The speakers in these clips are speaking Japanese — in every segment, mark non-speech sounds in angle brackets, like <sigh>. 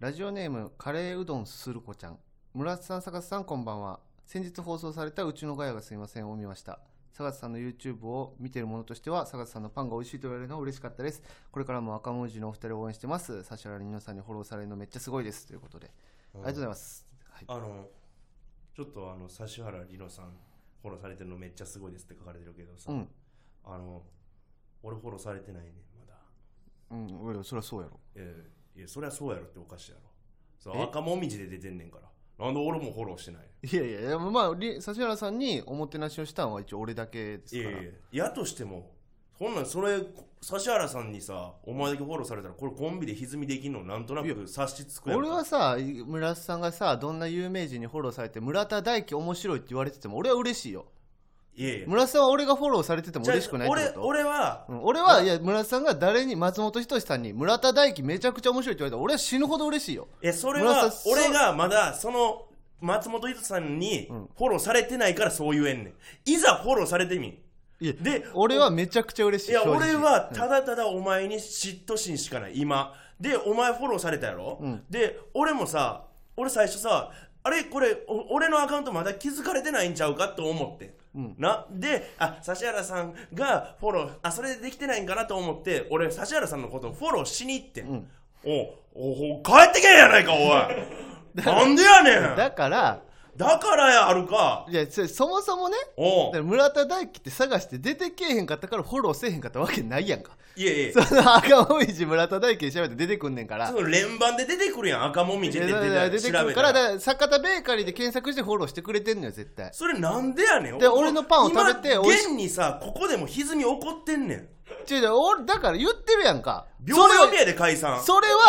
ラジオネームカレーうどんするこちゃん村瀬さん坂津さんこんばんは先日放送された「うちのガヤがすみません」を見ました坂津さんの YouTube を見てるものとしては坂津さんのパンが美味しいと言われるのは嬉しかったですこれからも赤文字のお二人を応援してます指原莉乃さんにフォローされるのめっちゃすごいですということで、ありがとうございます、はい、あのちょっとあの指原莉乃さんフォローされてるのめっちゃすごいですって書かれてるけどさ、うんあの俺フォローされてないねまだうんいやそりゃそうやろいやいやいやそりゃそうやろっておかしいやろそうえ赤もみじで出てんねんからなんで俺もフォローしてないいやいやいやまあり指原さんにおもてなしをしたのは一応俺だけですいかやらいややとしてもこんなんそれ指原さんにさお前だけフォローされたらこれコンビで歪みできんのなんとなく察しつくやんか俺はさ村瀬さんがさどんな有名人にフォローされて村田大樹面白いって言われてても俺は嬉しいよいやいや村瀬さんは俺がフォローされてても嬉しくないってこと俺俺はうん俺はいや村瀬さんが誰に松本人志さんに村田大樹めちゃくちゃ面白いって言われたら俺は死ぬほど嬉しいよえそれ村は瀬俺がまだその松本伊人さんにフォローされてないからそう言えんねんいざフォローされてみんいやで俺はめちゃくちゃ嬉しいいや正直俺はただただお前に嫉妬心しかない今でお前フォローされたやろ、で俺もさ俺最初さあれこれお俺のアカウントまだ気づかれてないんちゃうかと思って、なであ指原さんがフォローあそれでできてないんかなと思って俺指原さんのことをフォローしに行ってん、おおお帰ってけんやないかお <laughs> いなんでやねんだからだからやあるかいやそそもそもねだおかうら村田大樹って探して出てけえへんかったからフォローせえへんかったわけないやんかいやいやその赤もみじ村田大樹で調べて出てくんねんからその連番で出てくるやん赤もみじでい出やてだから出てく調べるたかららだから作家田ベーカリーで検索してフォローしてくれてんのよ絶対それなんでやねんで俺のパンを食べて今美味し現にさここでも歪み起こってんねん違う違う俺だから言ってるやんか秒読みやで解散それ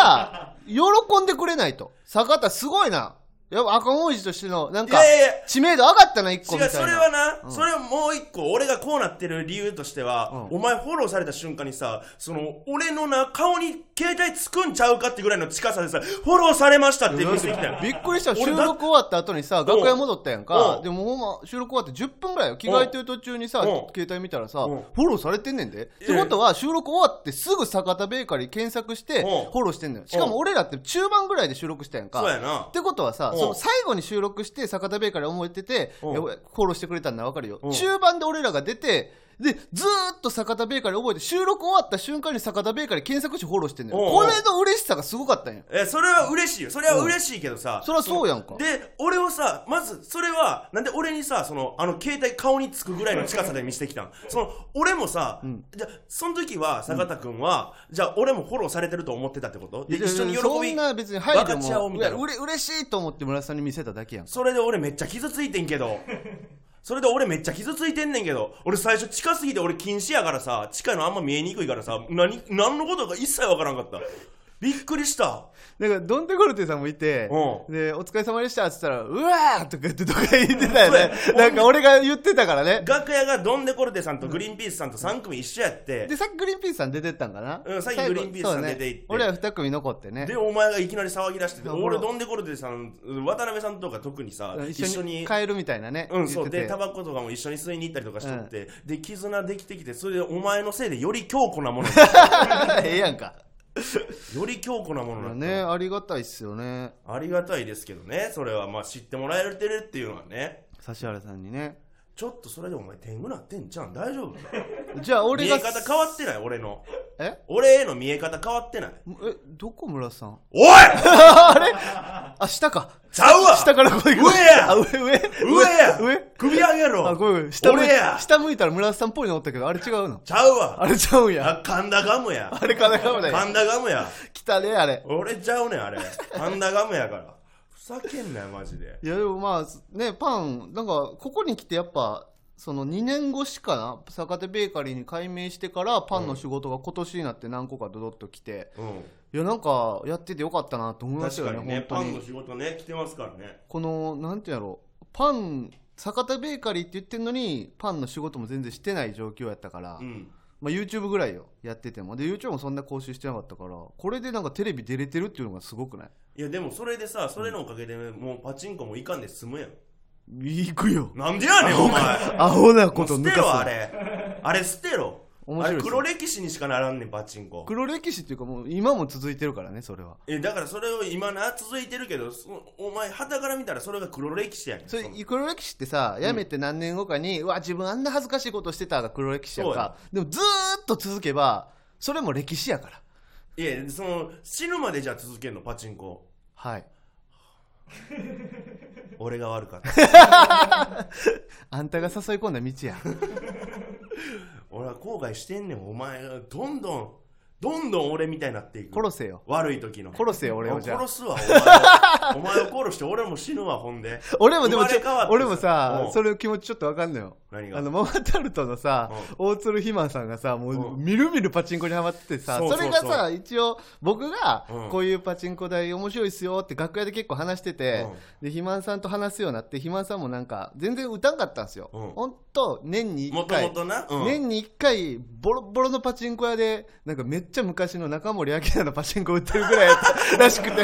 はそれは喜んでくれないと坂田すごいなやっぱ赤文字としてのなんかいやいやいや知名度上がったな一個み違たいなうそれはな、それはもう一個俺がこうなってる理由としては、うんお前フォローされた瞬間にさその俺のな顔に携帯つくんちゃうかってぐらいの近さでさフォローされましたって見せてきたよびっくりした収俺だ録終わった後にさ楽屋戻ったやんかうんでもほんま収録終わって10分ぐらいよ着替えてる途中にさうん携帯見たらさうんフォローされてんねんでってことは収録終わってすぐ坂田ベーカリー検索してフうんォローしてんのよしかも俺らって中盤ぐらいで収録したやんかそうやなってことはさ、うんその最後に収録して、坂田ベーカリー思ってて、うんいやフォローしてくれたんだわかるよ、うん中盤で俺らが出て、で、ずーっと坂田ベーカリー覚えて、収録終わった瞬間に坂田ベーカリー検索してフォローしてんだよ。うんこれの嬉しさがすごかったんや。えそれは嬉しいよそれは嬉しいけどさ、そりゃそうやんか。で俺をさまずそれはなんで俺にさそのあの携帯顔につくぐらいの近さで見せてきたんその俺もさ、じゃあその時は坂田君は、じゃあ俺もフォローされてると思ってたってことでいや一緒に喜そびんな別に分配か慮ち合おうもみいたやいなうれ嬉しいと思って村瀬さんに見せただけやんかそれで俺めっちゃ傷ついてん <laughs> けどそれで俺めっちゃ傷ついてんねんけど俺最初近すぎて俺禁止やからさ近いのあんま見えにくいからさ何何のことか一切分からんかったびっくりしただからドン・テゴルテさんもいてうでお疲れ様でしたっつったらうわーとか言ってとか言ってたよね <laughs> なんか俺が言ってたからね楽屋がドン・デコルテさんとグリーンピースさんと3組一緒やってでさっきグリーンピースさん出てったんかなうんさっき最後グリーンピースさんそうね出て行って俺ら二組残ってね <laughs> でお前がいきなり騒ぎ出しててそう俺ドンデコルテさん渡辺さんとか特にさうん一緒に変えるみたいなねうんそう言っでててタバコとかも一緒に吸いに行ったりとかしとって、で絆できてきてそれでお前のせいでより強固なも <laughs> のにええやんかより強固なものになっねありがたいっすよねたありがたいですけどねそれはまあ知ってもらえてるっていうのはね指原さんにねちょっとそれでお前天狗なってんじゃうん大丈夫じゃあ俺見がえ方変わってない俺のえ俺への見え方変わってないえどこ村さんおいあ下かちゃうわ下からこう行く上やあ上 <laughs> 上上や上首上げろあごめんごめん下向い俺や下向いたら村さんっぽいのおったけどあれ違うのちゃうわあれちゃうんやあ神田ガムやあれかなかもない神田ガムや来たねあれ俺ちゃうねんあれハンダガムやからふざけんなよマジでいやでもまあねパンなんかここに来てやっぱその2年越しかな坂手ベーカリーに改名してからパンの仕事が今年になって何個かドドッと来て、ういやなんかやっててよかったなと思いんました確よかねにね本パ当にンの仕事ね来てますからねこのなんていうんやろうパン坂手ベーカリーって言ってんのにパンの仕事も全然してない状況やったから、うんまあ、YouTube ぐらいよやっててもで YouTube もそんな講習してなかったからこれでなんかテレビ出れてるっていうのがすごくないいやでもそれでさそれのおかげでねもうパチンコもいかんで済むやん行くよなんでやねんお前アホなこもうと捨抜てろかすあなれあれ捨てろ面あ白いでれすよ黒歴史にしかならんねんパチンコ黒歴史っていうかもう今も続いてるからねそれはえだからそれを今な続いてるけどそお前はたから見たらそれが黒歴史やねんそれその黒歴史ってさやめて何年後かに、うわ自分あんな恥ずかしいことしてたが黒歴史やんかでもずーっと続けばそれも歴史やからいやその死ぬまでじゃあ続けんのパチンコはい俺が悪かったあんたが誘い込んだ道 <laughs> や俺は後悔してんねんお前がどんどんどんどん俺みたいになっていく殺せよ悪い時の殺せよ俺をじゃあ殺すわ <laughs> お前をお前を殺して俺も死ぬわほんで俺もでもちょ生まれ変わってさ俺もさうんそれ気持ちちょっとわかんのよ何があのママタルトのさ大鶴ひまさんがさもううみるみるパチンコにはまっててさそうそそうそれうがさ一応僕がうんこういうパチンコ台面白いっすよって楽屋で結構話しててでひまんさんと話すようになってひまんさんもなんか全然歌んかったんですようんほんと年に1もとも回とな、うん年に1回ボロボロのパチンコ屋でなんかめっちゃ昔の中森明菜のパチンコ売ってるぐらいやったらしくて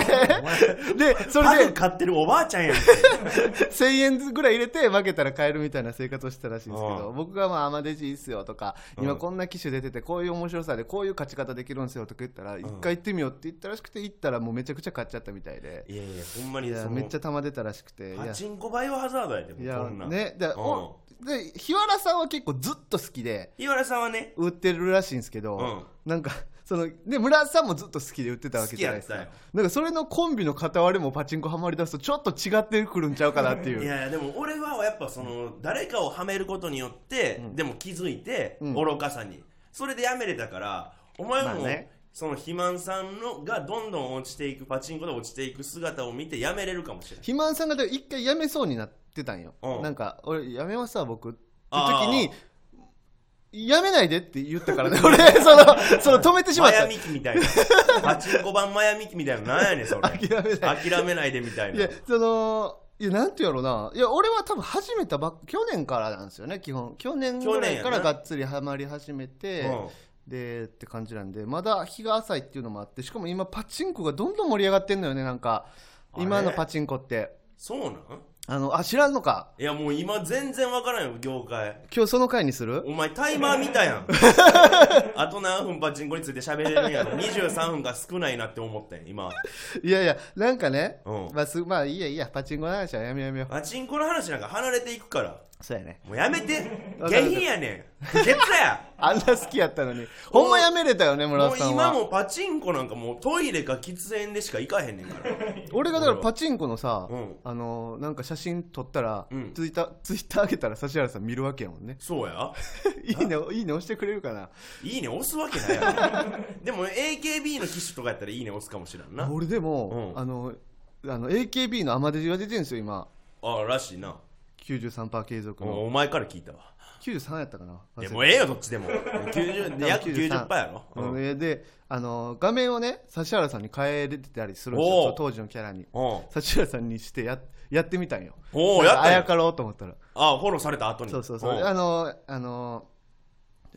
でそパれンで買ってるおばあちゃんやん1000円ぐらい入れて負けたら買えるみたいな生活をしてたらしいんですけどう僕がまあ「アマデジいいっすよ」とか「うん今こんな機種出ててこういう面白さでこういう勝ち方できるんですよ」とか言ったら「一回行ってみよう」って言ったらしくて行ったらもうめちゃくちゃ買っちゃったみたいでいやいやほんまいにやそのめっちゃ玉出たらしくていパやチンコバイオハザードやでもいうやこんなんねでおで日原さんは結構ずっと好きで日原さんはね売ってるらしいんですけど、うんなんかそので村田さんもずっと好きで売ってたわけじゃないですか好きやったなんかそれのコンビの片割れもパチンコハマり出すとちょっと違ってくるんちゃうかなっていいうやいやでも俺はやっぱその誰かをはめることによって、でも気づいて、うん愚かさにそれでやめれたからお前も、まあねその肥満さんのがどんどん落ちていくパチンコで落ちていく姿を見てやめれるかもしれない肥満さんがでも一回辞めそうになってたんよ、うんなんか俺辞めますわ僕って時あーに辞めないでって言ったからね <laughs> 俺そのその止めてしまマっヤたミキみたいな <laughs> パチンコ版マヤミキみたいななんやねんそれ諦めない諦めないでみたいいなやそのいやなんていうやろうないや俺は多分始めたばっ去年からなんですよね基本去年ぐらいから去年やがなっつりハマり始めて、うんでって感じなんでまだ日が浅いっていうのもあってしかも今パチンコがどんどん盛り上がってんのよねなんかあれ今のパチンコってそうなんあのあ知らんのかいやもう今全然わからんよ業界今日その回にするお前タイマー見 <laughs> たやんあと何分パチンコについて喋れるんやろ23分が少ないなって思ったんや今 <laughs> いやいやなんかね、うんまあ、すまあいいやいいやパチンコの話はやめようやめよパチンコの話なんか離れていくからうそうやねもうやめてわかる下品やねん下劣やあんな好きやったのにほんまやめれたよね村田もうさん今はもパチンコなんかもうトイレか喫煙でしか行かへんねんから俺がだからパチンコのさ、うんあのーなんか写真撮ったら、うんツイッターツイッター上げたら指原さん見るわけやも <laughs> んねそうやいいねいいね押してくれるかないいね押すわけないやろでも AKB の機種とかやったらいいね押すかもしらんな俺でも、うんあのあの AKB のアマデジが出てるんですよ今ああらしいな93%継続のおお前から聞いたわ93やったかな忘いれやたもうええよどっ <laughs> ちでも90で約90%やろ、ううんんであの画面をね指原さんに変えれてたりするんですおよう当時のキャラにうん指原さんにしてややってみたんよおおなんやっかたあややんかろうと思ったらあフォローされた後にそうそうそううんあのあの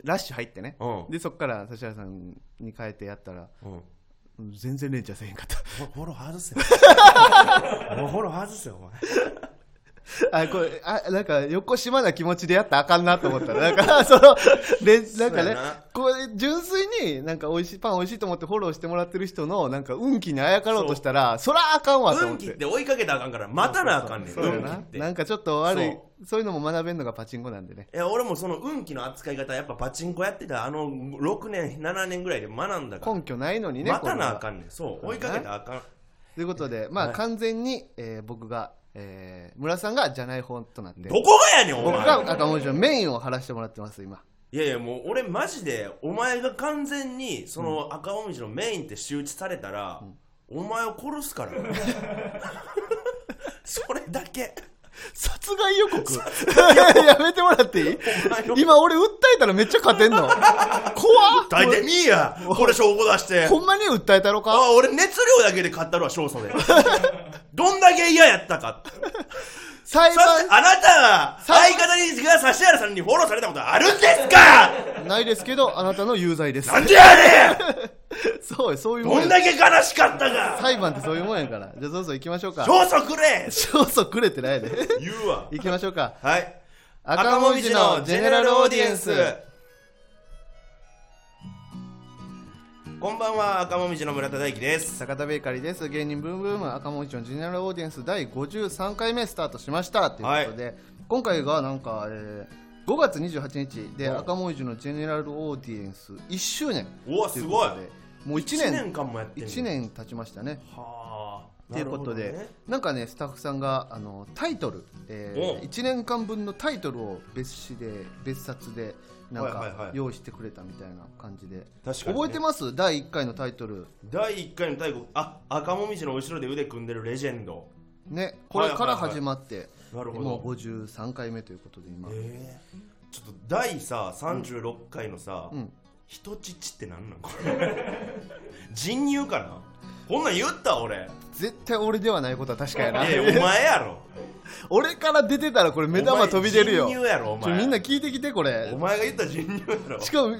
ラッシュ入ってねうんでそっから指原さんに変えてやったらうんうん全然レンチャーせえへんかった <laughs> フォロー外せよ <laughs> もうフォロー外せよお前あこれあなんか横島な気持ちでやったらあかんなと思ったらなんか <laughs> そのレンなんかそうねやなこう純粋になんか美味しいパン美味しいと思ってフォローしてもらってる人のなんか運気にあやかろうとしたらそらあかんわと思運って気って追いかけたらあかんから待たなあかんねんそうや運気っなてなんかちょっと悪いそそういうのも学べるのがパチンコなんでねいや俺もその運気の扱い方やっぱパチンコやってたあの6年7年ぐらいで学んだから根拠ないのにね待たなあこれはかんねんそうそう追やいなかけたらあかんということでまあはい完全に、えー僕が、えー村さんがじゃない方となってどこがやねんお僕前が赤文字のメインを張らせてもらってます今いやいやもう俺マジでお前が完全にその赤もみじのメインって周知されたら、お前を殺すから <laughs> それだけ殺害予告 <laughs> やめてもらっていいお前の今俺訴えたらめっちゃ勝てんの怖っ大いてみーやこれ証拠出してほんまに訴えたろかあ俺熱量だけで買ったるわ勝訴 <laughs> でどんだけ嫌やったか裁そして判あなたは相方にが指原さんにフォローされたことあるんですかないですけどあなたの有罪ですなんでやねんそうそういうもんどんやだけ悲しかったか裁判ってそういうもんやからじゃあそろそろ行きましょうか <laughs> 勝訴くれ勝訴くれてないで <laughs> 言うわ行きましょうかはい赤文字のジェネラルオーディエンスこんばんは赤もみじの村田大樹です坂田ベーカリーです芸人ブームブーム赤もみちのジェネラルオーディエンス第53回目スタートしましたということで、今回がなんか、えー5月28日でうん赤もみじのジェネラルオーディエンス1周年うわということすでもう1 1年年間もやってんの1年経ちましたねはあということでなるほどねなんかねスタッフさんがあのタイトル、えお1年間分のタイトルを別紙で別冊でなんはいはいはかい用意してくれたみたいな感じで、確かにね覚えてます第1回のタイトル第1回の太鼓あ赤もみじの後ろで腕組んでるレジェンドねこれから始まって、なるほどもう53回目ということで今、えー、ちょっと第さ36回のさ、ん人質って何なんこ <laughs> れ人乳かなこんなん言った俺絶対俺ではないことは確かやな、いやいやお前やろ俺から出てたらこれ目玉飛び出るよお前人乳やろおちょ前みんな聞いてきてこれお前が言った人乳やろしかも見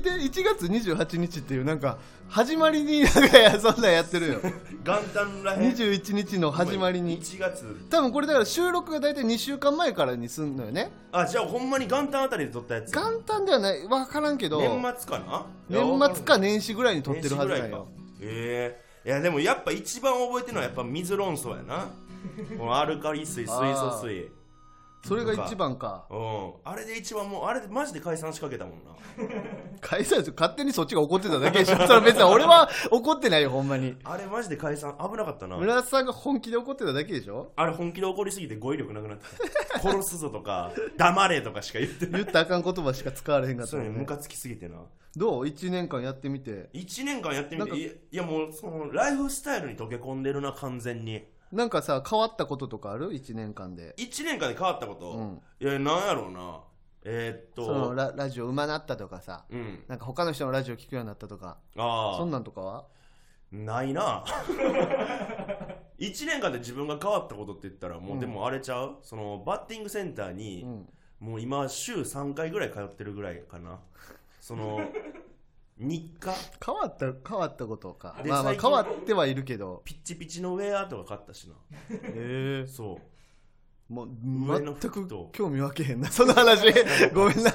て1月28日っていうなんか始まりになんかそんなんやってる <laughs> よ元旦らへん21日の始まりに1月多分これだから収録が大体2週間前からにすんのよねあじゃあほんまに元旦あたりで撮ったやつ元旦ではない分からんけど年末かな年末いやか年始ぐらいに撮ってるはず年な始んぐらいかよええいやでもやっぱ一番覚えてるのはやっぱ水論争や <laughs> なこのアルカリ水水素水それが一番かうんあれで一番もうあれでマジで解散しかけたも <laughs> んな解散です勝手にそっちが怒ってただけでしょ <laughs> それ別に俺は怒ってないよほんまにあれマジで解散危なかったな村田さんが本気で怒ってただけでしょあれ本気で怒りすぎて語彙力なくなってた <laughs> 殺すぞとか黙れとかしか言っ <laughs> てな言いったらあかん言葉しか使われへんかったそもれんにムねカつきすぎてなどう1年間やってみて1年間やってみなんかていやいやもうそのライフスタイルに溶け込んでるな完全になんかさ変わったこととかある1年間で1年間で変わったこと、うんいやなんやろうなえー、っそのとララジオうまなったとかさうんなんか他の人のラジオ聞くようになったとかあそんあなんとかはな <laughs> いな1年間で自分が変わったことって言ったらもう、うんでもあれちゃうそのバッティングセンターに、うんもう今週3回ぐらい通ってるぐらいかな <laughs> その日課変わった変わったことかでまあまあ最近変わってはいるけどピッチピチのウェアとか買ったしなへえそうもう上の全服くと興味分けへんなその <laughs> 話ごめんな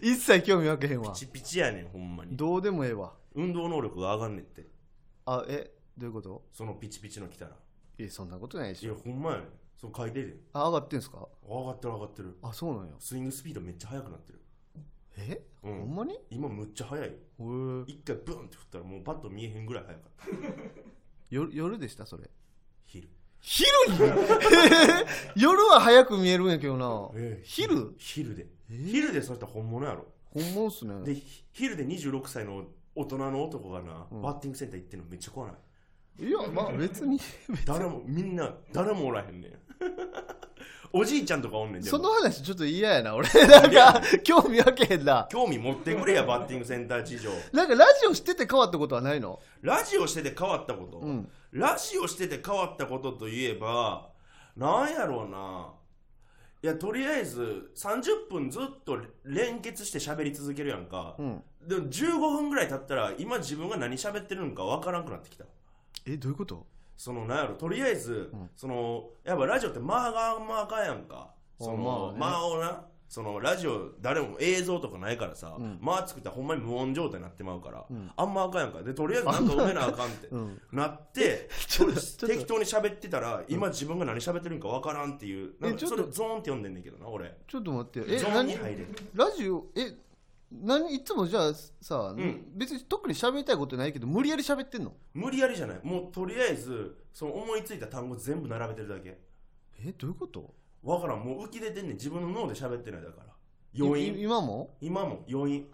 一切興味分けへんわピチピチやねんほんまにどうでもええわ運動能力が上がんねんってあえどういうことそのピチピチの着たらえそんなことないでいしやょほんまやねんそう書いてるであ上がってんすか上がってる上がってるあそうなんやスイングスピードめっちゃ速くなってるえ、うんほんまにへ今むっちゃ速いよえ一回ブンって振ったらもうバット見えへんぐらい速かった夜夜でしたそれ昼昼に <laughs> 夜は早く見えるんやけどな、ええ昼昼で、昼でそれって本物やろ本物っすねでひ昼で26歳の大人の男がな、バッティングセンター行ってんのめっちゃ怖ないいやまあ別に誰もみんな誰もおらへんねん <laughs> おじいちゃんとかおんねんでもその話ちょっと嫌やな俺 <laughs> なんか興味分けへんな興味持ってくれやバッティングセンター事情なんかラジオしてて変わったことはないのラジオしてて変わったこと、んラジオしてて変わったことといえばなんやろうないやとりあえず30分ずっと連結して喋り続けるやんか、んでも15分ぐらい経ったら今自分が何喋ってるのかわからんくなってきたえどういうことそのなんやろとりあえず、そのやっぱラジオって間が間がやんかその、まあね間をなそのラジオ誰も映像とかないからさ、間作ったらほんまに無音状態になってまうから、あんまあかんやんかでとりあえずなんか埋めなあか <laughs> んって、んなってちょっとちょっと適当に喋ってたら今自分が何喋ってるんかわからんっていうなんえかちょっそとれゾーンって呼んでんねんけどな俺ちょっと待ってえゾーンに何入れるラジオえ何いつもじゃあさ、ん別に特に喋りたいことないけど無理やり喋ってんの無理やりじゃないもうとりあえずその思いついた単語全部並べてるだけえどういうことわからんもう浮き出てんねん自分の脳で喋ってないだから余い韻今も今も余韻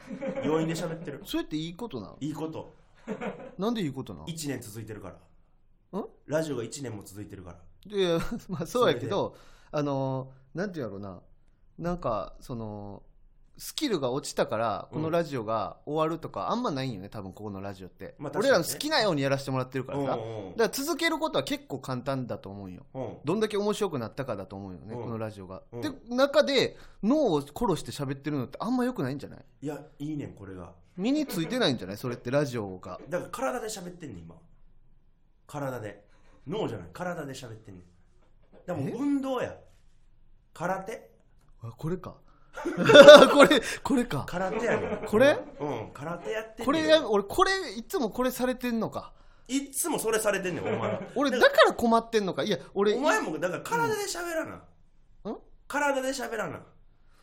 余韻で喋ってるそれっていいことなのいいことなんでいいことなの1年続いてるからんラジオが1年も続いてるからいや <laughs> まあそうやけどあのーなんていうんやろうななんかそのスキルが落ちたからこのラジオが終わるとかあんまないんよね多分ここのラジオって、まあ確俺かにねらの好きなようにやらせてもらってるからさ、うんうんうんだから続けることは結構簡単だと思うんようんどんだけ面白くなったかだと思うよね、うんこのラジオが、うんで中で脳を殺して喋ってるのってあんま良くないんじゃないいやいいねんこれが身についてないんじゃないそれってラジオがだから体で喋ってんねん今体で脳じゃない体で喋ってんねんでもう運動や空手あこれかこれこれか空手やねんこれうん空手やってんねんこれや俺これいつもこれされてんのかいっつもそれされてんねんお前俺だから困ってんのかいや俺お前もだから体で喋らな、うん体で喋らな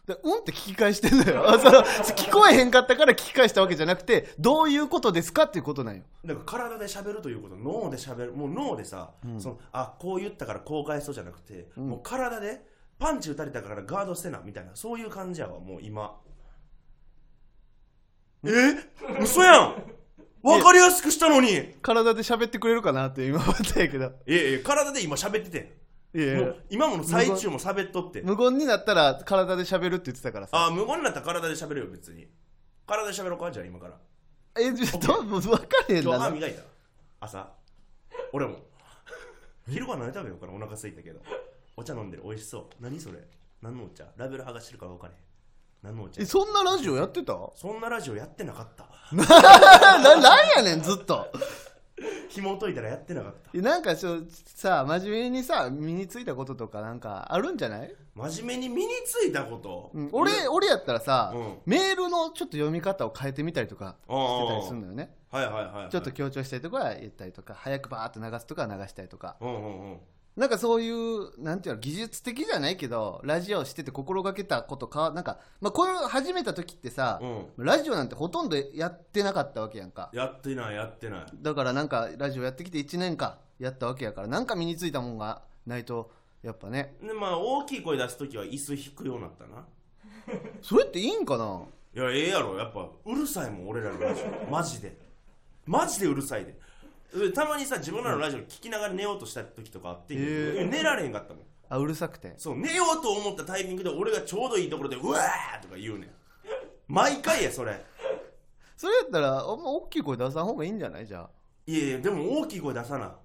でうんって聞き返してんだよ。あ <laughs> その聞こえへんかったから聞き返したわけじゃなくて、どういうことですかっていうことなんよ。だから体で喋るということ脳で喋るもう脳でさ、んそのあこう言ったからこう返そうじゃなくて、んもう体でパンチ打たれたからガードしてなみたいなそういう感じやわもう今え嘘 <laughs> やん分かりやすくしたのにえ体で喋ってくれるかなって今思ったんやけど。え体で今喋ってていやんいもやう今もの最中も喋っとって無言になったら体で喋るって言ってたからさ。あ無言になったら体で喋るよ別に体で喋ろうかじゃあ今からえ、ちょっと、分かれへん今日歯な。磨いた朝俺も昼ごはん何食べようかなお腹空いたけどお茶飲んでる美味しそう何それ何のお茶ラベル剥がしてるから分かれへん何のお茶え、そんなラジオやってた <laughs> そんなラジオやってなかったな、なんやねん、ずっと。紐解いたらやってなかったいやなんかちょ、さ、真面目にさ、身についたこととかなんかあるんじゃない、真面目に身についたこと、うん、俺、俺やったらさ、うんメールのちょっと読み方を変えてみたりとかしてたりするのよね。はいはいはい、はい、ちょっと強調したりとか言ったりとか早くバーッと流すとか流したりとかうんうんうんなんかそういうなんていうの技術的じゃないけどラジオしてて心がけたことかなんか、まあ、これを始めた時ってさ、ラジオなんてほとんどやってなかったわけやんかやってないやってないだからなんかラジオやってきて1年間やったわけやからなんか身についたもんがないとやっぱねでまあ大きい声出す時は椅子引くようになったなそれっていいんかないやええやろやっぱうるさいもん俺らのラジオ <laughs> マジでマジでうるさいでうたまにさ自分らのラジオ聞きながら寝ようとした時とかあって、へえ寝られへんかったもんあうるさくてそう寝ようと思ったタイミングで俺がちょうどいいところでうわーとか言うねん毎回やそれそれやったらあんま大きい声出さん方がいいんじゃないじゃあいやいやでも大きい声出さな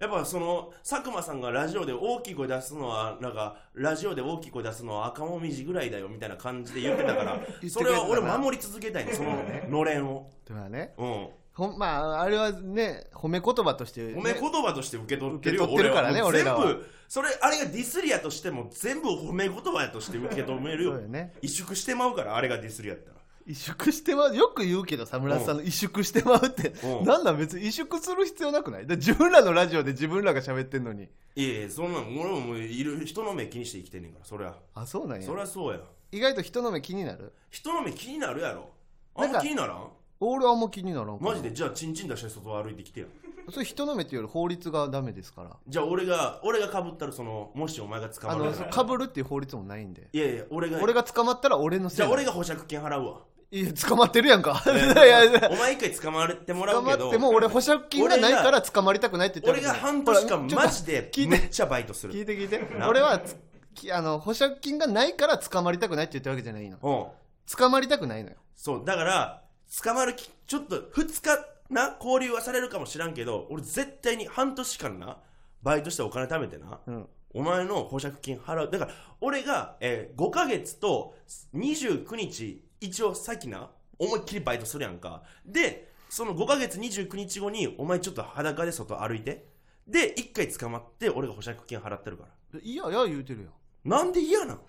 やっぱその佐久間さんがラジオで大きい声出すのはなんかラジオで大きい声出すのは赤もみじぐらいだよみたいな感じで言ってたか <laughs> ら言ってくれてたそなれは俺守り続けたいねそののれんをでもねうんほんまああれはね褒め言葉としてね、褒め言葉として受け取ってるよ受け取ってるからね俺はもう俺らは全部それあれがディスリアとしても全部褒め言葉やとして受け止めるそようよね萎縮してまうからあれがディスリアやったら萎縮してまうよく言うけどさ村瀬さんの萎縮してまうって、うんなんなん別に萎縮する必要なくないだ自分らのラジオで自分らが喋ってんのにいやいやそんなん俺ももういる人の目気にして生きてんねんからそりゃあそうなんやそりゃそうや意外と人の目気になる人の目気になるやろあんなんまか気にならん俺はあんま気にならんからマジでじゃあチンチン出して外歩いてきてよそれ人の目っていうより法律がダメですからじゃあ俺が俺がかぶったらそのもしお前が捕あまのるならかぶるっていう法律もないんでいやいや俺が俺が捕まったら俺のせいじゃあだ俺が保釈金払うわいや捕まってるやんかいえやいやお前一回捕まってもら捕うまけっどても俺保釈金がないから捕まりたくないって言っ俺てるがわけじゃない半年間ほらマジで聞いてめっちゃバイトす聞るいて聞いてな俺はつきあの保釈金がないから捕まりたくないって言ったわけじゃないのうん捕まりたくないのよそうだから捕まるきちょっと2日な交流はされるかもしらんけど俺絶対に半年間なバイトしてお金貯めてなうんお前の保釈金払うだから俺が、えー5ヶ月と29日一応さっきな思いっきりバイトするやんかでその5ヶ月29日後にお前ちょっと裸で外歩いてで1回捕まって俺が保釈金払ってるからいやいや言うてるよなんで嫌なん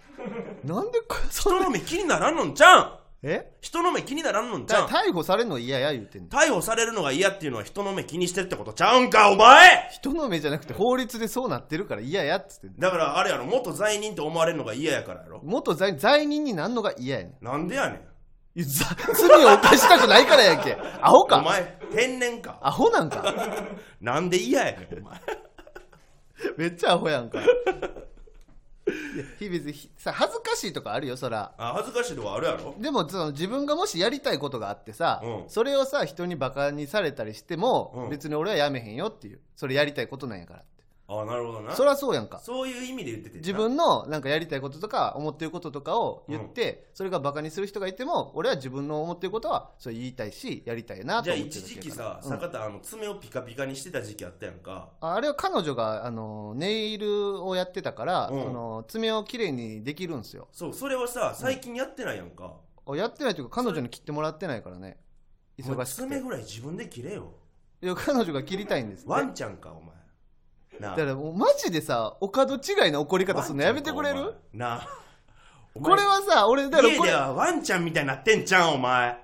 なんでこそ人の目気にならんのんじゃんえ人の目気にならんのんじゃだんから逮捕されるの嫌や言うてんの逮捕されるのが嫌っていうのは人の目気にしてるってことちゃうんかお前人の目じゃなくて法律でそうなってるから嫌やっつってんのだからあれやろ元罪人って思われるのが嫌やからやろ元罪罪人になんのが嫌やねんなんでやねんいやざ罪を犯したくないからやんけアホおか前天然かアホなんかなんで嫌やねんお前めっちゃアホやんかいや日々ひさ恥ずかしいとかあるよそらあ恥ずかしいとこあるやろでもその自分がもしやりたいことがあってさ、うんそれをさ人にバカにされたりしても、うん別に俺はやめへんよっていうそれやりたいことなんやからってあなるほどなそりゃそうやんかそういう意味で言っててんな自分のなんかやりたいこととか思ってることとかを言って、それがバカにする人がいても俺は自分の思ってることはそれ言いたいしやりたいなとじゃあ思って一るだ時け期やからさ、坂田あの爪をピカピカにしてた時期あったやんかああれは彼女があのネイルをやってたから、うんその爪をきれいにできるんですよそうそれはさ最近やってないやんか、あやってないというか彼女に切ってもらってないからねお前忙しく爪てぐらい自分で切れよいや彼女が切りたいんですってワンちゃんかお前なあだからもうマジでさお門違いな怒り方するのやめてくれお前るなあお前これはさ、俺、だから家こでれ、はワンちゃんみたいになってんじゃんお前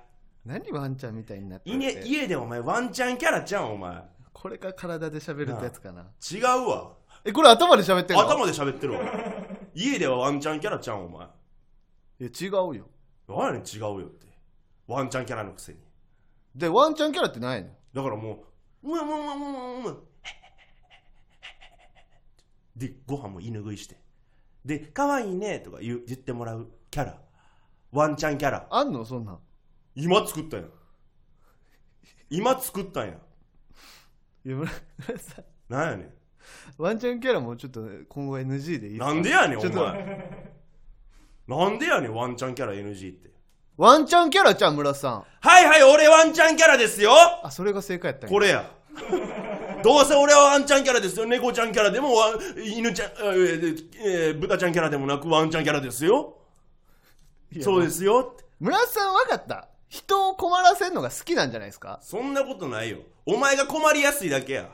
何ワンちゃんみたいになっているっねて家でお前ワンちゃんキャラじゃんお前これが体で喋るってやつかな。違うわえ、これ頭で喋ってんの頭で喋ってるわ家ではワンちゃんキャラちゃんお前いや、違うよ。何やねん違うよってワンちゃんキャラのくせにで、ワンちゃんキャラってないのだからもう、うわうわうわうわうわうわで、ご飯も犬食いして。で、可愛いねとか言う言ってもらうキャラ。ワンちゃんキャラ。あんのそんなん。今作ったやん。今作ったんやん。いや、村村さん、なんやねワンちゃんキャラもちょっと今後 NG でいいでん。すなかんでやねん、ちょおっと <laughs> 前。なんでやねん、ワンちゃんキャラ NG って。ワンちゃんキャラちゃん、村さん。はいはい、俺ワンちゃんキャラですよあ、それが正解やったんやこれ <laughs> や。どうせ俺はワンちゃんキャラですよ。猫ちゃんキャラでもワン、犬ちゃん、えーえー豚ちゃんキャラでもなくワンちゃんキャラですよ。いやそうですよって。村さん分かった。人を困らせるのが好きなんじゃないですかそんなことないよ。お前が困りやすいだけや。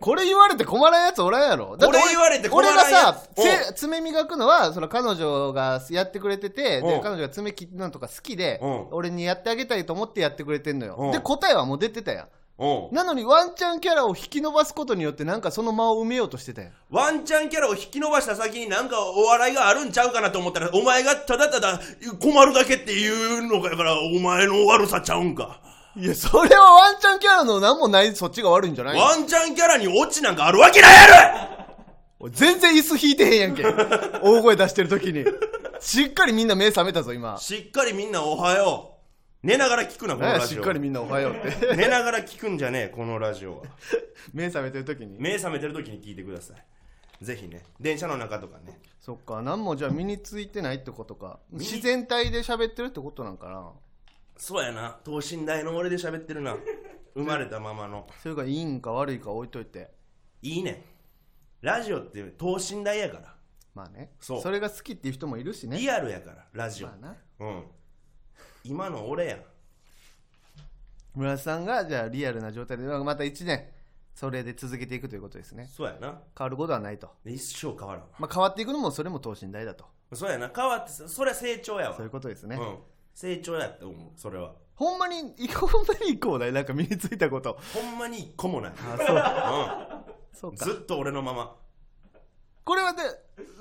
これ言われて困らんやつおらんやろだってこれ言われて困らんやつ俺がさうんせ爪磨くのはその彼女がやってくれててうでん彼女が爪切るのとか好きでうん俺にやってあげたいと思ってやってくれてんのうよんで答えはもう出てたやうん。んなのにワンチャンキャラを引き伸ばすことによってなんかその間を埋めようとしてたやんワンちゃんキャラを引き伸ばした先になんかお笑いがあるんちゃうかなと思ったら、お前がただただ困るだけっていうのかだから、お前の悪さちゃうんか。いやそれはワンチャンキャラの何もないそっちが悪いんじゃないワンちゃんキャラにオチなんかあるわけないやおい全然椅子引いてへんや <laughs> んけ大声出してる時にしっかりみんな目覚めたぞ今ろしっかりみんなおはよう。寝ながら聞くな、このなんラやしジっオ。かりみんなおはようって <laughs> 寝ながら聞くんじゃねえこのラジオは目覚めてる時に目覚めてる時に聞いてくださいぜひね電車の中とかねそっか何もじゃあ身についてないってことか自然体で喋ってるってことなんかなそうやな等身大の俺で喋ってるな生まれたままのそれがいいんか悪いか置いといていいねんラジオって等身大やからまあねそうれが好きっていう人もいるしねリアルやからラジオ、まあなうん今の俺やん村田さんがじゃあリアルな状態でまた1年それで続けていくということですねそうやな変わることはないと、一生変わらんまあ、変わっていくのもそれも等身大だとそうやな変わってさそれは成長やわそういうことですね、うん成長やって思うそれはほんまにいほんまに一個もないなんか身についたことほんまに一個もないそううん、かずっと俺のままこれはで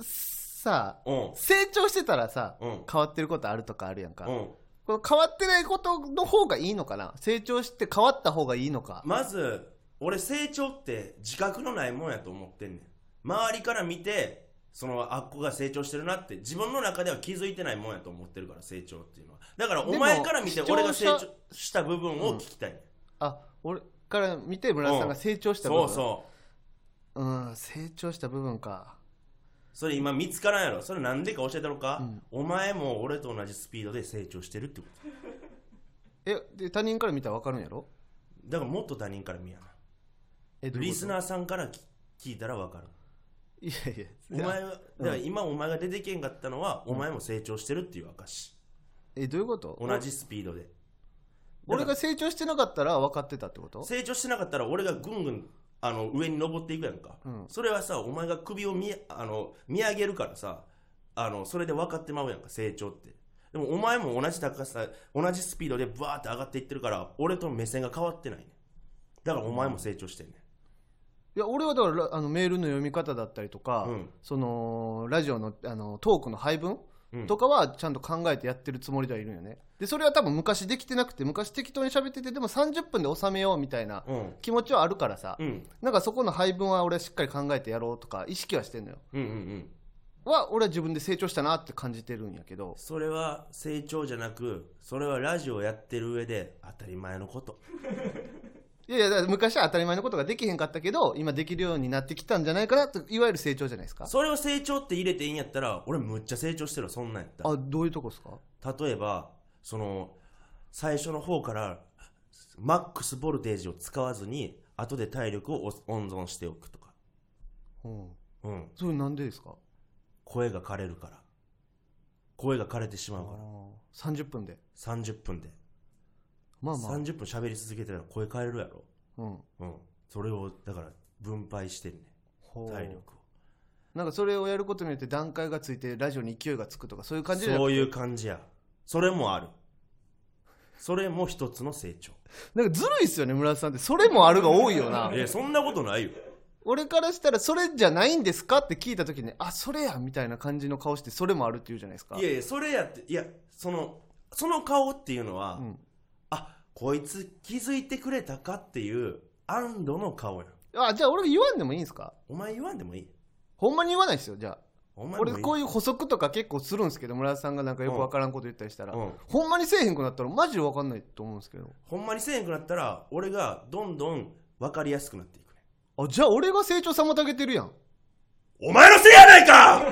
さあうん成長してたらさ、うん変わってることあるとかあるやんか、うんこの変わってないことの方がいいのかな成長して変わった方がいいのか、まず俺成長って自覚のないもんやと思ってんねん周りから見てそのあっこが成長してるなって自分の中では気づいてないもんやと思ってるから成長っていうのはだからでもお前から見て視聴者俺が成長した部分を聞きたいねん、あ俺から見て村田さんが成長した部分、そうん、うそう成長した部分かそれ今見つからんやろそれなんでか教えたのか、うんお前も俺と同じスピードで成長してるってことえで他人から見たら分かるんやろだからもっと他人から見やなえリスーナーさんからき聞いたら分かるいやいおや前はだから今お前が出てけんかったのはお前も成長してるっていう証えどういうこと同じスピードで俺が成長してなかったら分かってたってこと成長してなかったら俺がぐんぐんあの上に登っていくやんか、うんそれはさお前が首を見あの見上げるからさあのそれで分かってまうやんか成長ってでもお前も同じ高さ同じスピードでバーって上がっていってるから俺と目線が変わってないねだからお前も成長してんね、いや俺はだからあのメールの読み方だったりとか、うんそのラジオのあのトークの配分うんとかはちゃんと考えてやってるつもりではいるんよねでそれは多分昔できてなくて昔適当に喋っててでも30分で収めようみたいなうん気持ちはあるからさ、うんなんかそこの配分は俺はしっかり考えてやろうとか意識はしてんのようんうんうんは俺は自分で成長したなって感じてるんやけどそれは成長じゃなくそれはラジオやってる上で当たり前のこといやいやだから昔は当たり前のことができへんかったけど今できるようになってきたんじゃないかなといわゆる成長じゃないですかそれを成長って入れていいんやったら俺むっちゃ成長してるわそんなんやったらあどういうとこですか例えばその最初の方からマックスボルテージを使わずに後で体力をお温存しておくとか、うんうん、それなんでですか声が枯れるから声が枯れてしまうあからー30分で30分で、まあまあ、 30分喋り続けてたら声枯れるやろ、うん、うん、それをだから分配してるねほう体力をなんかそれをやることによって段階がついてラジオに勢いがつくとかそういう感じでそういう感じやそれもあるそれも一つの成長なんかずるいっすよね村田さんってそれもあるが多いよなえそんなことないよ俺からしたらそれじゃないんですかって聞いた時にあそれやみたいな感じの顔してそれもあるって言うじゃないですかいやいやそれやっていやそのその顔っていうのは、んあこいつ気づいてくれたかっていう安堵の顔やあじゃあ俺が言わんでもいいんですかお前言わんでもいいほんまに言わないですよじゃあお前俺こういいう補足とか結構するんですけど村田さんがなんかよくわからんこと言ったりしたら、うんほんまにせえへんくなったらマジでわかんないと思うんですけどほんまにせえへんくなったら俺がどんどん分かりやすくなっていくねあじゃあ俺が成長妨げてるやんお前のせいやないか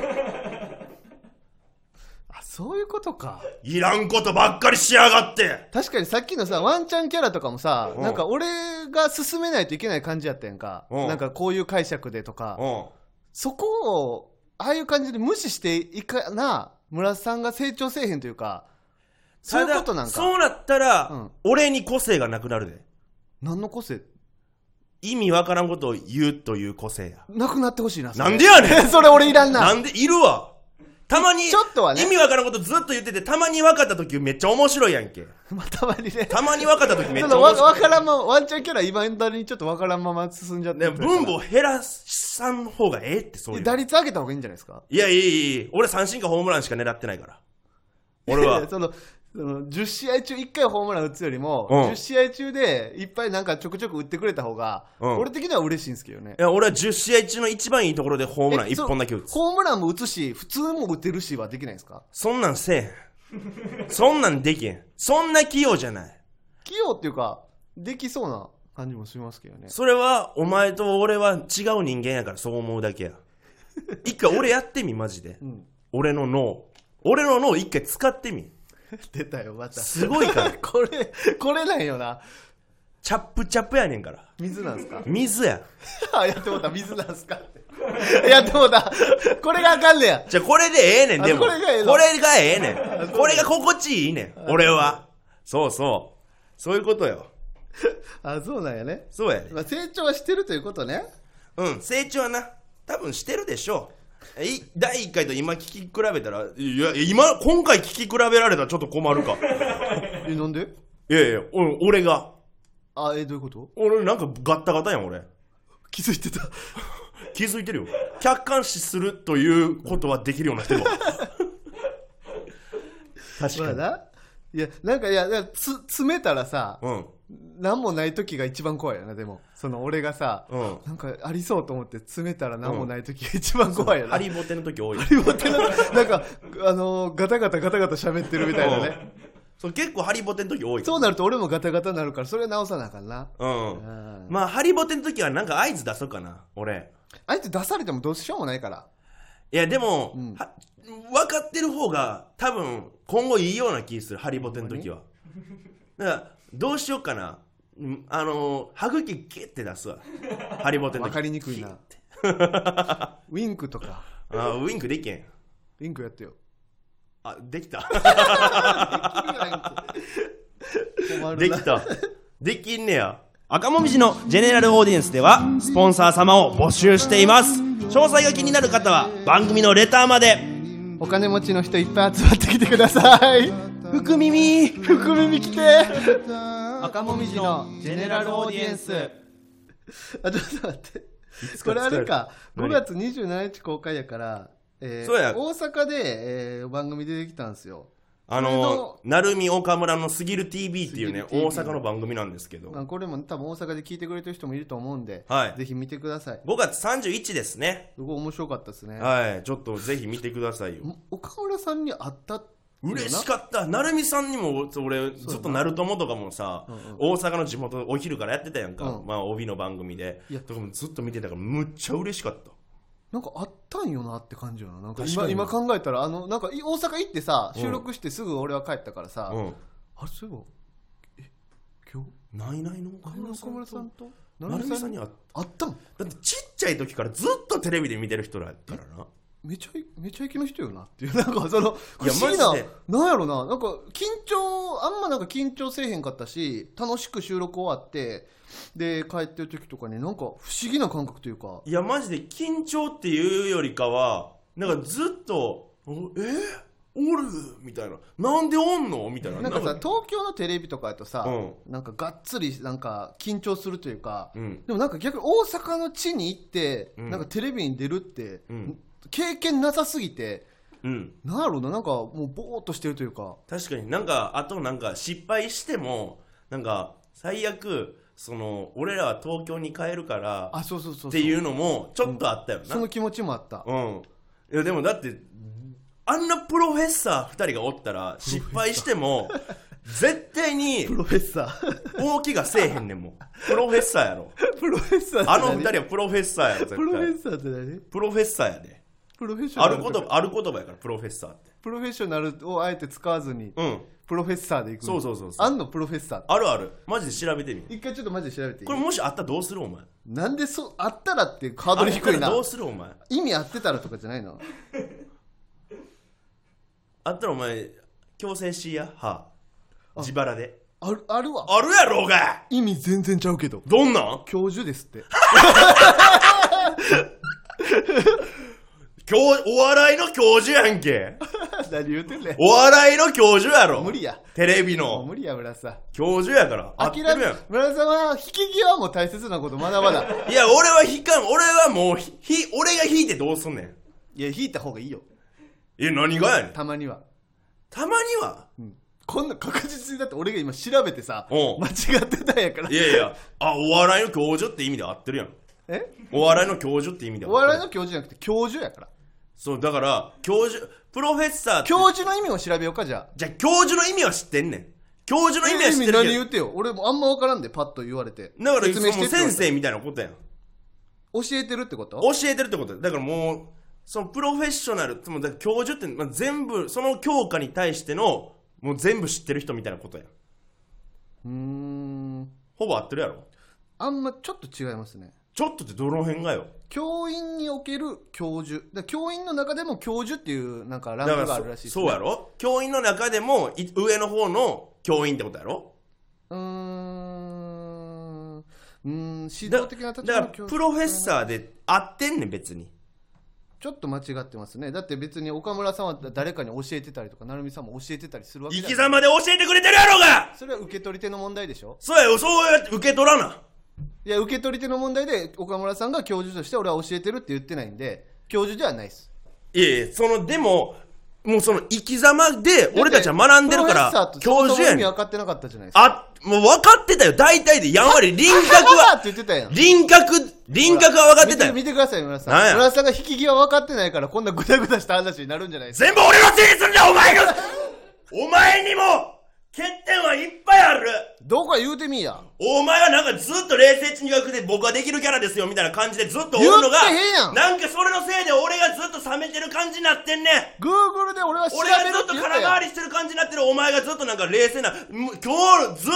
あそういうことかいらんことばっかりしやがって確かにさっきのさワンチャンキャラとかもさ、うんなんか俺が進めないといけない感じやったやんか、うんなんかこういう解釈でとか、うんそこをああいう感じで無視していかな村田さんが成長せえへんというかそういうことなんただそかうなったら、うん俺に個性がなくなるで何の個性意味わからんことを言うという個性やなくなってほしいなそれなんでやね <laughs> んそれ俺いらんななんでいるわたまにちょっとはね意味わからんことずっと言っててたまに分かった時めっちゃ面白いやんけまあたまにねたまに分かった <laughs> 時めちょっっちゃと面わ白わいからんままワンチャンキャラいまだにちょっとわからんまま進んじゃってねる分母を減らさん方がええってそういう打率上げた方がいいんじゃないですかいやいやいやいや俺三振かホームランしか狙ってないから俺 <laughs> はそのその10試合中1回ホームラン打つよりも、うん10試合中でいっぱいなんかちょくちょく打ってくれた方が、うん俺的には嬉しいんですけどねいや俺は10試合中の一番いいところでホームランえ1そ本だけ打つホームランも打つし普通も打てるしはできないんですかそんなんせえへんそんなんできへんそんな器用じゃない器用っていうかできそうな感じもしますけどねそれはお前と俺は違う人間やからそう思うだけや一回俺やってみマジで、ん俺の脳俺の脳一回使ってみ <laughs> 出たよまたすごいからこれこれなんよなチャップチャップやねんから水なん <laughs> ですか水ややってもうた水なんすかって <laughs> やってもうたこれがあかんねやじゃあこれでええねんあでもこれがええのこれがええねんこれが心地いいねん俺はそうそうそういうことよあそうなんやね、そうやでまあ、成長はしてるということねうん成長はな多分してるでしょうい第1回と今聞き比べたらいや今今回聞き比べられたらちょっと困るかえなんでいやいやお俺があえどういうこと俺なんかガッタガタやん俺気づいてた気づいてるよ客観視するということはできるようになって <laughs> るわ確まかあ <laughs> なに、いやなんかいやいやつ詰めたらさうん何もない時が一番怖いよなでもその俺がさ、うんなんかありそうと思って詰めたら何もない時が一番怖いよな、ハリボテの時多いハリボテのなんかあのーガタガタガタガタ喋ってるみたいなねそう結構ハリボテの時多いそうなると俺もガタガタになるからそれは直さなあかんなうんうんまあハリボテの時はなんか合図出そうかな俺あいつ出されてもどうしようもないからいやでも、うんは分かってる方が多分今後いいような気するハリボテの時はだからどうしようかなうんあのー歯茎キュッて出すわハリボテの分時かりにくい <laughs> なウィンクとかあウィンクできへんウィンクやってよあできた困るでなきたできんねや赤もみじのジェネラルオーディエンスではスポンサー様を募集しています詳細が気になる方は番組のレターまでお金持ちの人いっぱい集まってきてください福耳福耳来て <laughs> 赤もみじのジェネラルオーディエンスあちょっと待ってこれあれか5何月27日公開やから、えーそうや大阪で、えー番組出てきたんですよそあれのの鳴海岡村の「すぎる TV」っていうねすぎる大 TV 阪の番組なんですけどまあこれも多分大阪で聞いてくれてる人もいると思うんで、はいぜひ見てください5月31ですねすごい面白かったですねはいちょっとぜひ見てくださいよ岡村さんに会った嬉しかった鳴海さんにも俺ずっと鳴友とかもさ大阪の地元お昼からやってたやんかうんまあ帯の番組でいやとかもずっと見てたからむっちゃ嬉しかったなんかあったんよなって感じよななんか確か今に今考えたらあのなんかい大阪行ってさうん収録してすぐ俺は帰ったからさ、うんあれそういえばえ今日ないないの岡村さ岡ん村さんとと鳴海さんに会っあったんただってちっちゃい時からずっとテレビで見てる人だからなめちゃいめちゃイケの人よなっていうなんかその不いや思議なマジでなんやろななんか緊張あんまなんか緊張せえへんかったし楽しく収録終わってで帰ってる時とかになんか不思議な感覚というかいやマジで緊張っていうよりかはなんかずっと「おえおる?」みたいな「なんでおんの?」みたいななんかさか東京のテレビとかやとさ、うなんかがっつりなんか緊張するというか、うんでもなんか逆に大阪の地に行って、うんなんかテレビに出るって、うん経験なさすぎてうんなんやろうななんかもうぼーっとしてるというか確かになんかあとなんか失敗してもなんか最悪その俺らは東京に帰るからあそうそうそうそうっていうのもちょっとあったよなその気持ちもあった、うんいやでもだってあんなプロフェッサー2人がおったら失敗しても絶対にプロフェッサー大きがせえへんねんもんプロフェッサーやろ <laughs> プロフェッサーってあ何の二人はプロフェッサーやろ、プロ絶フェ対。ッサーって何プロフェッサーやで。プロフェッショあナルる言葉、ある言葉やから、プロフェッサーって。プロフェッショナルをあえて使わずに、うん。プロフェッサーでいくのそうそうそうそうあんのプロフェッサーってあるある。マジで調べてみる。一回ちょっとマジで調べていいこれもしあったらどうするお前。なんでそうあったらってハーあドれル低いなどうするお前。意味合ってたらとかじゃないのあったらお前、強制しや、は自腹で。あるあるわあるやろうが意味全然ちゃうけどどんなん教授です <laughs> って教お笑いの教授やん <laughs> け。何言うてんねんお笑いの教授やろ。無理や。テレビもうの無理や村さ教授やから。合って諦るめやん。村さんは引き際も大切なこと学ばないいや、俺は引かん。俺はもう、ひ、ひ俺が引いてどうすんねん。いや引いた方がいいよえ、何がやねん。たまにはたまには。うんこんな確実にだって俺が今調べてさおう間違ってたんやからいやいや、あ、お笑いの教授って意味で合ってるやん。えお笑いの教授って意味で合おってる。笑いの教授じゃなくて教授やからそう、だから、教授、プロフェッサーって、教授の意味を調べようかじ <laughs> ゃあじゃあ教授の意味は知ってんねん。教授の意味は知って意味何言るうてよ俺もあんま分からんでパッと言われてけど。だから、説明してもうって言わ先れて生みたいなことやん。教えてるってこと教えてるってことやだからもう、そのプロフェッショナル、つまりだから教授って、まあ、全部、その教科に対しての、もう全部知ってる人みたいなことやん。うーんほぼ合ってるやろ。あんまちょっと違いますねちょっとってどの辺がよ。教員における教授だから教員の中でも教授っていうなんかランだかクがあらるらしいそ、ですねそうやろ教員の中でも、い上の方の教員ってことやろうーんうーん指だ導的な立だ場かの教らプロフェッサーで合ってんねん別にちょっと間違ってますねだって別に岡村さんは誰かに教えてたりとか成美さんも教えてたりするわけ生じきゃない様で教えてくれてるやろうがそれは受け取り手の問題でしょそうやよそうやって受け取らないや受け取り手の問題で岡村さんが教授として俺は教えてるって言ってないんで教授ではないですいやいやそのでももうその生き様で俺たちは学んでるかプロフェッらサーと教授や意味ねん分かってなかったじゃないですかあもう分かってたよ大体でやんわり輪郭あ <laughs> はって言ってたやん輪郭輪郭は分かってたよ見て見てください村さなんんや村さんが引き際分かってないからこんなグダグダした話になるんじゃないですか全部俺のせいにすんだお前がお前にも欠点はいっぱいあるどこか言うてみいやお前はなんかずっと冷静中学で僕はできるキャラですよみたいな感じでずっとおるの言がってへんやんなんかそれのせいで俺がずっと冷めてる感じになってんねん Google で俺は調べ俺るがっずってと言っ空たや回んりしてる感じになってるお前がずっとなんか冷静なむ今日ず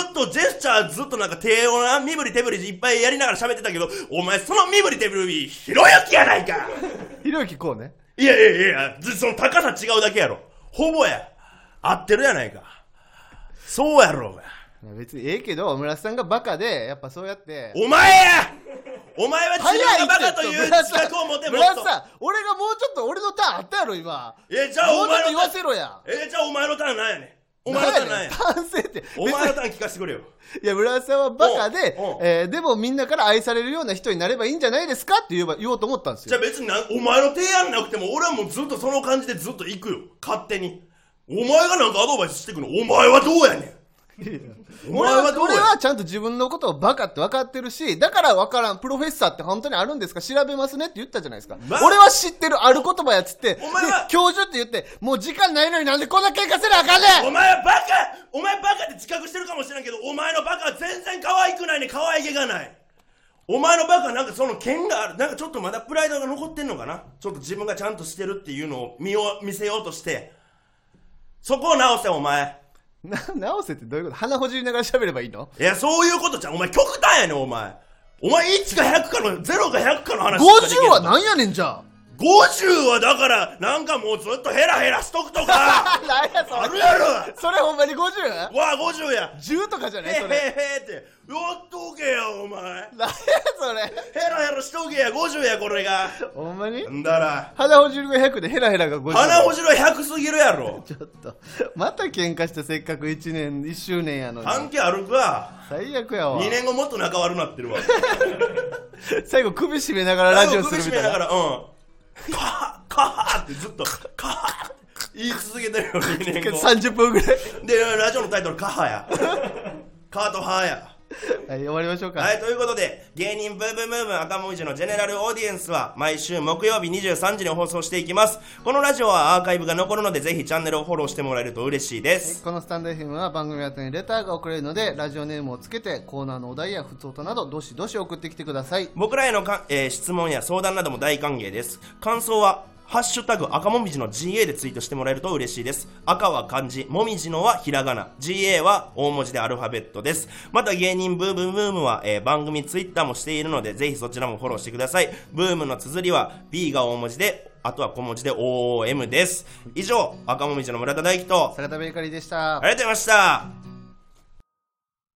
っとジェスチャーずっとなんか低音な身振り手振りいっぱいやりながら喋ってたけどお前その身振り手振りひろゆきやない <laughs> かひろゆきこうねいやいやいやいやずその高さ違うだけやろほぼや合ってるやないかそうやろうがいや別にええけど村さんがバカでやっぱそうやってお前やお前は自分がバカという村自さん覚を持ても村っとさん俺がもうちょっと俺のターンあったやろ今えじゃあもおうちょっと前言のわせろやえじゃあお前のターンなんやねんお前のター <laughs> ンなんや反省ってお前のターン聞かせてくれよいや村さんはバカでおうおう、えーでもみんなから愛されるような人になればいいんじゃないですかって言えば言おうと思ったんですじゃよあ別になお前の提案なくても俺はもうずっとその感じでずっと行くよ勝手にお前がなんかアドバイスしてくのお前はどうやねん <laughs> お前俺ははどう俺やはちゃんと自分のことをバカって分かってるし、だから分からん、プロフェッサーって本当にあるんですか調べますねって言ったじゃないですか。ま俺は知ってる、ある言葉やつって、お前はで教授って言って、もう時間ないのになんでこんな喧嘩せなあかんねんお前はバカお前バカって自覚してるかもしれんけどお前のバカは全然可愛くないね可愛げがないお前のバカはなんかその剣があるなんかちょっとまだプライドが残ってんのかなちょっと自分がちゃんとしてるっていうのを見よう見せようとしてそこを直せお前な直せってどういうこと鼻ほじりながら喋ればいいのいやそういうことじゃんお前極端やねんお前お前1か100かの0か100かの話しかできん <laughs> ?50 はなんやねんじゃあはだからなんかもうずっとヘラヘラしとくと <laughs> か何やそれあるやろそれほんまに 50?10 わあ50やとかじゃなへいへへそれってやっとけやお前 <laughs> 何やそれヘラヘラしとけや50やこれがほんまにんだら鼻ほじるが100でヘラヘラが50鼻ほじろ100すぎるやろちょっとまた喧嘩してせっかく1年1周年やのに関係あるか最悪やわ2年後もっと仲悪なってるわ最後首絞めながらラジオするみたいだかならうんカハカハってずっとカハ言い続けてるよ2年後30分 <laughs> ぐらいでラジオのタイトルカハやカーとハやはい終わりましょうかはいということで芸人ブーブームーブー赤もみじのジェネラルオーディエンスは毎週木曜日23時に放送していきますこのラジオはアーカイブが残るのでぜひチャンネルをフォローしてもらえると嬉しいですこのスタンド FM は番組宛てにレターが送れるのでラジオネームをつけてコーナーのお題や普通音などどしどし送ってきてください僕らへのか、えー質問や相談なども大歓迎です感想は「ハッシュタグ赤もみじの GA」でツイートしてもらえると嬉しいです赤は漢字もみじのはひらがな GA は大文字でアルファベットですまた芸人ブームブームは、えー番組ツイッターもしているのでぜひそちらもフォローしてくださいブームの綴りは B が大文字であとは小文字で OOM です以上赤もみじの村田大樹と坂田ベーカリーでしたありがとうございました